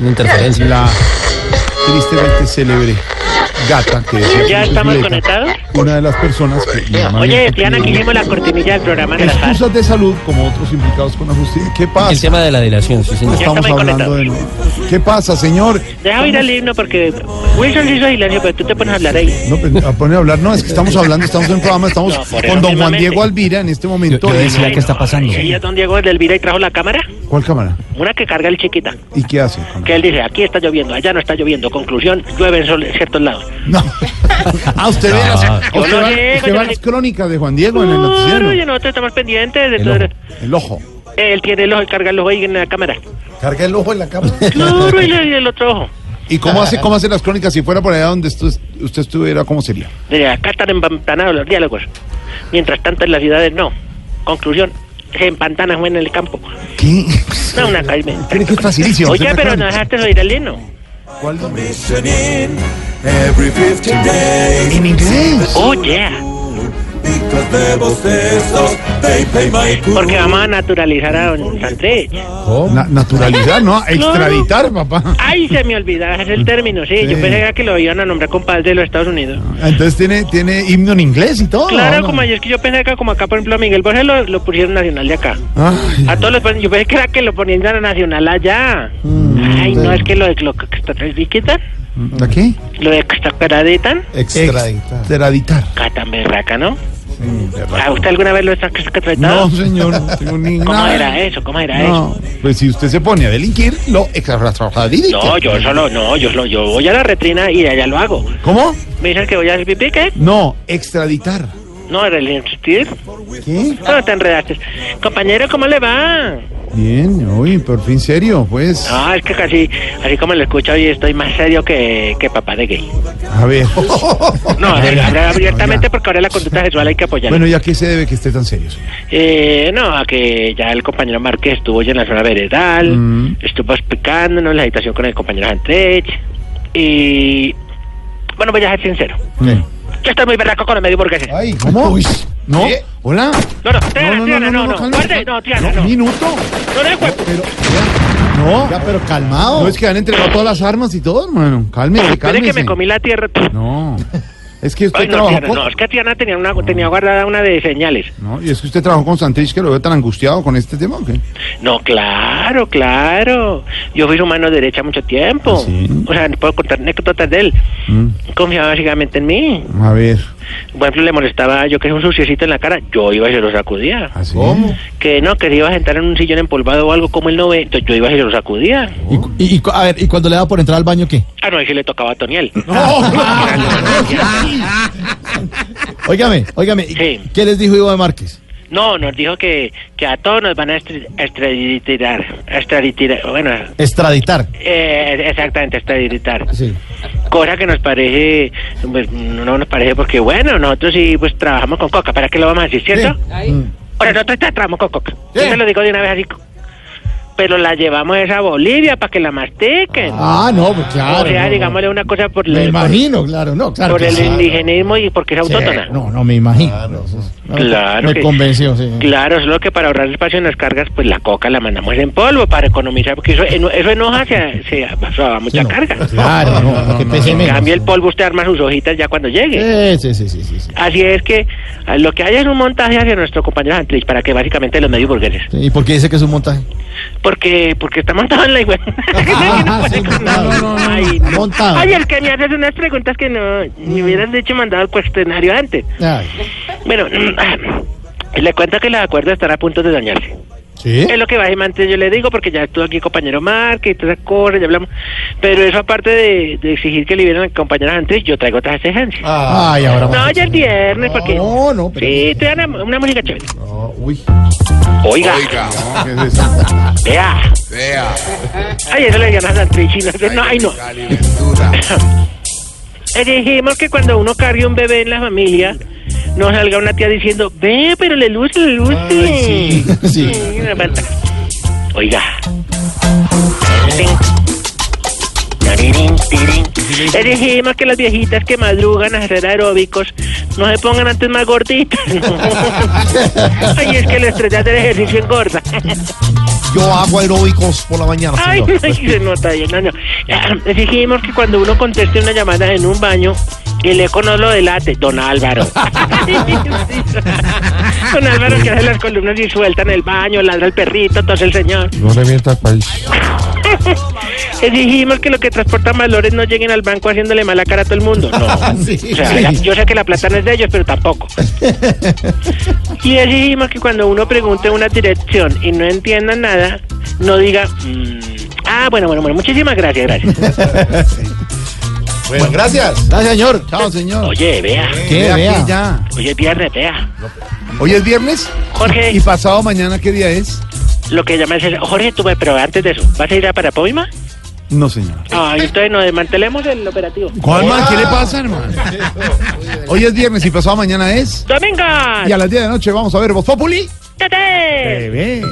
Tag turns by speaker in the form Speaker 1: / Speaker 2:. Speaker 1: Una interferencia.
Speaker 2: La tristemente célebre gata que es
Speaker 3: ¿Ya estamos
Speaker 2: Zuleta,
Speaker 3: conectados?
Speaker 2: una de las personas que
Speaker 3: Oye,
Speaker 2: normalmente
Speaker 3: Diana, aquí
Speaker 2: pide
Speaker 3: hicimos la cortinilla del programa de la FARC.
Speaker 2: excusas de salud como otros implicados con la justicia. ¿Qué
Speaker 1: El
Speaker 2: pasa?
Speaker 1: tema de la dilación, sí, señor.
Speaker 3: Ya
Speaker 2: Estamos
Speaker 3: estamos
Speaker 2: hablando de ¿Qué pasa, señor?
Speaker 3: Déjame ir al himno porque Wilson hizo silencio, pero tú te pones a hablar ahí.
Speaker 2: No, pues, a poner a hablar, no, es que estamos hablando, estamos en un programa, estamos
Speaker 3: No, por
Speaker 2: con
Speaker 3: eso
Speaker 2: don Juan
Speaker 3: mismamente.
Speaker 2: Diego Alvira en este momento.
Speaker 1: Yo- yo
Speaker 2: Eh,
Speaker 1: decía que- ¿Qué está pasando?
Speaker 3: Y don Diego del Elvira y trajo la cámara,
Speaker 2: ¿Cuál cámara?
Speaker 3: una que carga el chiquita.
Speaker 2: ¿Y qué hace? con-
Speaker 3: Que él dice, aquí está lloviendo, allá no está lloviendo. Conclusión, llueve en, sol- en ciertos lados.
Speaker 2: No. Ah, usted ve las,
Speaker 3: Yo
Speaker 2: usted
Speaker 3: no
Speaker 2: va- usted
Speaker 3: niego, yo
Speaker 2: va
Speaker 3: no
Speaker 2: las
Speaker 3: niego.
Speaker 2: crónicas de Juan Diego en el
Speaker 3: Claro, y
Speaker 2: noticiero.
Speaker 3: nosotros estamos pendientes. De
Speaker 1: El
Speaker 3: todo.
Speaker 1: ojo.
Speaker 2: El ojo.
Speaker 3: Él tiene el ojo, él carga el ojo ahí en la cámara.
Speaker 2: Carga el ojo en la cámara.
Speaker 3: Claro, y el el otro ojo.
Speaker 2: ¿Y cómo hace, cómo hace las crónicas? Si fuera por allá donde estu- usted estuviera, ¿cómo sería?
Speaker 3: Mire, acá están empantanados los diálogos. Mientras tanto, en las ciudades no. Conclusión, se empantanan en el campo.
Speaker 2: ¿Qué?
Speaker 3: No, una caimenta.
Speaker 2: Pero es que es facilísimo.
Speaker 3: Oye,
Speaker 2: hacer una
Speaker 3: pero no
Speaker 2: crónica.
Speaker 3: dejaste de oír al himno.
Speaker 2: ¿Cuál nombre?
Speaker 4: listening every 15 days.
Speaker 2: En inglés.
Speaker 3: Oh, yeah.
Speaker 4: Because de bostezos, they pay my
Speaker 3: Porque vamos a naturalizar a don Santrich.
Speaker 2: Oh. Na- naturalizar, ¿no? Extraditar, papá.
Speaker 3: Ay, se me olvidaba ese es el término, sí.
Speaker 2: Sí.
Speaker 3: Yo pensé que lo iban a nombrar compadre de los Estados Unidos.
Speaker 2: Entonces tiene, tiene himno en inglés y todo.
Speaker 3: Claro,
Speaker 2: ¿no?
Speaker 3: como yo, es que yo pensé que como acá, por ejemplo, a Miguel Borges lo, lo pusieron nacional de acá.
Speaker 2: Ay,
Speaker 3: A todos los ponen- yo pensé que era que lo ponían a nacional allá.
Speaker 2: Mm,
Speaker 3: Ay, no, es que lo de lo que extraditan,
Speaker 2: ¿La qué?
Speaker 3: lo de que extraditan,
Speaker 2: Extraditar. Ah.
Speaker 3: cata berraca, ¿no?
Speaker 2: verdad.
Speaker 3: ¿A usted alguna vez lo está extraditado?
Speaker 2: No, señor, no tengo ni
Speaker 3: ¿Cómo
Speaker 2: nada.
Speaker 3: era eh? eso? ¿Cómo era eso?
Speaker 2: No, pues si usted se pone a delinquir, lo extradita.
Speaker 3: No, yo solo, no, yo solo, yo voy a la retrina y allá lo hago.
Speaker 2: ¿Cómo?
Speaker 3: Me dicen que voy a hacer pipí, ¿qué?
Speaker 2: No, extraditar.
Speaker 3: No, era el insistir.
Speaker 2: ¿Qué?
Speaker 3: No te enredaste. Compañero, ¿cómo le va?
Speaker 2: Bien, uy, por fin serio, pues.
Speaker 3: Ah, es que casi, así como lo escucho hoy, estoy más serio que, que papá de gay.
Speaker 2: A ver.
Speaker 3: No,
Speaker 2: A ver,
Speaker 3: ahora
Speaker 2: no,
Speaker 3: abiertamente
Speaker 2: ya.
Speaker 3: porque ahora la conducta sexual hay que apoyarla.
Speaker 2: Bueno, ¿y a qué se debe que esté tan serio? señor?
Speaker 3: Eh, no, a que ya el compañero Márquez estuvo hoy en la zona veredal,
Speaker 2: Mm.
Speaker 3: estuvo explicándonos la situación con el compañero Santrich. Y bueno, voy a ser sincero. Yo estoy muy berraco con los medios burgueses.
Speaker 2: Ay, ¿cómo? ¿No?
Speaker 1: ¿Qué?
Speaker 2: ¿Hola?
Speaker 3: No, no, Triana, Triana, no, no,
Speaker 2: calma,
Speaker 3: guarde,
Speaker 2: calma.
Speaker 3: no, Triana, no.
Speaker 2: Un minuto.
Speaker 3: No, no, juez-
Speaker 2: Pero, ya, no.
Speaker 5: Ya, pero calmado.
Speaker 2: No es que han entregado todas las armas y todo, hermano. Cálmese,
Speaker 3: Espere
Speaker 2: cálmese.
Speaker 3: que me comí la tierra.
Speaker 2: No. Es que usted
Speaker 3: Ay, no,
Speaker 2: trabajó
Speaker 3: Triana,
Speaker 2: con...
Speaker 3: no, es que Triana tenía, una, tenía guardada una de señales.
Speaker 2: No, y es que usted trabajó con Santrich que lo veo tan angustiado con este tema, ¿o qué?
Speaker 3: No, claro, claro. Yo fui su mano derecha mucho tiempo.
Speaker 2: ¿Ah, sí?
Speaker 3: O sea, puedo contar anécdotas de él.
Speaker 2: Mm,
Speaker 3: Confiaba básicamente en mí.
Speaker 2: a ver.
Speaker 3: Por ejemplo, le molestaba yo que es un suciecito en la cara. Yo iba y se lo sacudía.
Speaker 2: ¿Así?
Speaker 5: ¿Cómo?
Speaker 3: Que no, que se iba a sentar en un sillón empolvado o algo como el 90. Entonces yo iba y se lo sacudía.
Speaker 5: Y, cu- y- y cu- a ver, ¿y cuando le da por entrar al baño qué?
Speaker 3: Ah, no, y si le tocaba a Toniel.
Speaker 5: Óigame, óigame, ¿y
Speaker 3: Sí.
Speaker 5: ¿qué les dijo Iván Márquez?
Speaker 3: No, nos dijo que, que a todos nos van a estri- extraditar. Extraditar. Bueno,
Speaker 5: Extraditar.
Speaker 3: eh, exactamente, extraditar.
Speaker 5: Sí.
Speaker 3: cosa que nos parece, pues, no nos parece porque bueno, nosotros sí pues trabajamos con coca, ¿para qué lo vamos a decir, cierto?
Speaker 5: Mm.
Speaker 3: Ahora nosotros tra- trabajamos con coca,
Speaker 5: Sí.
Speaker 3: yo se lo digo de una vez así, co- pero la llevamos es a Bolivia para que la mastiquen.
Speaker 5: Ah, no, pues claro.
Speaker 3: o sea,
Speaker 5: no, no.
Speaker 3: digámosle una cosa por,
Speaker 5: Me
Speaker 3: la-
Speaker 5: imagino, claro, no, claro.
Speaker 3: por
Speaker 5: que
Speaker 3: el
Speaker 5: sí.
Speaker 3: indigenismo y porque es
Speaker 5: Sí,
Speaker 3: autóctona.
Speaker 5: No, no me imagino. No,
Speaker 3: Claro
Speaker 5: Me
Speaker 3: que-
Speaker 5: convenció, sí.
Speaker 3: Claro, solo que para ahorrar espacio en las cargas, pues la coca la mandamos en polvo para economizar, porque eso, en- eso enoja, se, se absorba
Speaker 5: Sí,
Speaker 3: mucha
Speaker 5: no,
Speaker 3: carga.
Speaker 5: Claro, no,
Speaker 2: No, no,
Speaker 5: que
Speaker 2: no,
Speaker 5: pese
Speaker 2: no.
Speaker 5: menos.
Speaker 3: Cambia el polvo, usted arma sus hojitas ya cuando llegue.
Speaker 5: Sí, sí, sí, sí, sí, sí.
Speaker 3: Así es que a lo que hay es un montaje hacia nuestro compañero Santrich para que básicamente los medios burgueses.
Speaker 5: Sí, ¿Y por qué dice que es un montaje?
Speaker 3: Porque porque está montado en la igual.
Speaker 5: Ah, sí, montado.
Speaker 3: Ay,
Speaker 5: Montado. Mm.
Speaker 3: Ay, el que me haces unas preguntas que no ni hubieras hecho mandado el cuestionario antes.
Speaker 5: Ay.
Speaker 3: Bueno, le cuento que la acuerdo estará a punto de dañarse.
Speaker 5: ¿Sí?
Speaker 3: Es lo que básicamente yo le digo, porque ya estuvo aquí el compañero Márquez y todas esas cosas, ya hablamos. Pero eso aparte de, de exigir que liberen al compañero Santrich, yo traigo otras exigencias.
Speaker 5: Ah, Ay, ahora
Speaker 3: No,
Speaker 5: vamos.
Speaker 3: ya el viernes, porque...
Speaker 5: No, no, pero-
Speaker 3: Sí, te dan una, una música chévere.
Speaker 5: Uy.
Speaker 3: Oiga,
Speaker 6: Oiga,
Speaker 2: No, ¿qué es eso?
Speaker 3: vea.
Speaker 6: vea,
Speaker 3: Ay, eso le ganas a Santrich, no, no, ay, no.
Speaker 6: Cali Ventura.
Speaker 3: Eh, Dijimos que cuando uno cargue un bebé en la familia, no salga una tía diciendo, ve, pero le luce, le luce.
Speaker 5: Ay, sí, sí.
Speaker 3: una pata. Oiga. Tin. Tarirín, tirín. Exigimos Eh, que las viejitas que madrugan a hacer aeróbicos no se pongan antes más gorditas. Ay, es que el estrella del ejercicio engorda.
Speaker 5: Yo hago aeróbicos por la mañana,
Speaker 3: Ay,
Speaker 5: señor.
Speaker 3: ay, se nota bien, no, no. Ah, Exigimos que cuando uno conteste una llamada en un baño, el eco no lo delate, don Álvaro. don Álvaro que hace las columnas y suelta en el baño, ladra el perrito, tose el señor.
Speaker 6: No le mienta al país.
Speaker 3: Exigimos que los que transportan valores no lleguen al banco haciéndole mala cara a todo el mundo. No.
Speaker 5: Sí,
Speaker 3: O sea, la- yo sé que la plata no es de ellos, pero tampoco. Y exigimos que cuando uno pregunte una dirección y no entienda nada, no diga, mm, ah, bueno, bueno, bueno, muchísimas gracias, gracias.
Speaker 2: Bueno, gracias.
Speaker 5: Gracias, señor. Chao, señor.
Speaker 3: Oye, vea,
Speaker 5: ¿Qué?
Speaker 2: Vea aquí
Speaker 5: Vea.
Speaker 2: ya.
Speaker 3: hoy es viernes, vea.
Speaker 2: Hoy es viernes y
Speaker 3: Jorge,
Speaker 2: pasado mañana, ¿qué día es?
Speaker 3: lo que llamas es, Jorge, tú, pero antes de eso, ¿vas a ir a Parapoima?
Speaker 2: No, señor.
Speaker 3: Ah, entonces nos desmantelemos el operativo.
Speaker 2: Juanma,
Speaker 3: Ah.
Speaker 2: ¿qué le pasa, hermano? Hoy es viernes y pasado mañana es.
Speaker 3: ¡Domingo!
Speaker 2: Y a las 10 de la noche vamos a ver Voz Populi.
Speaker 3: ¡Tete!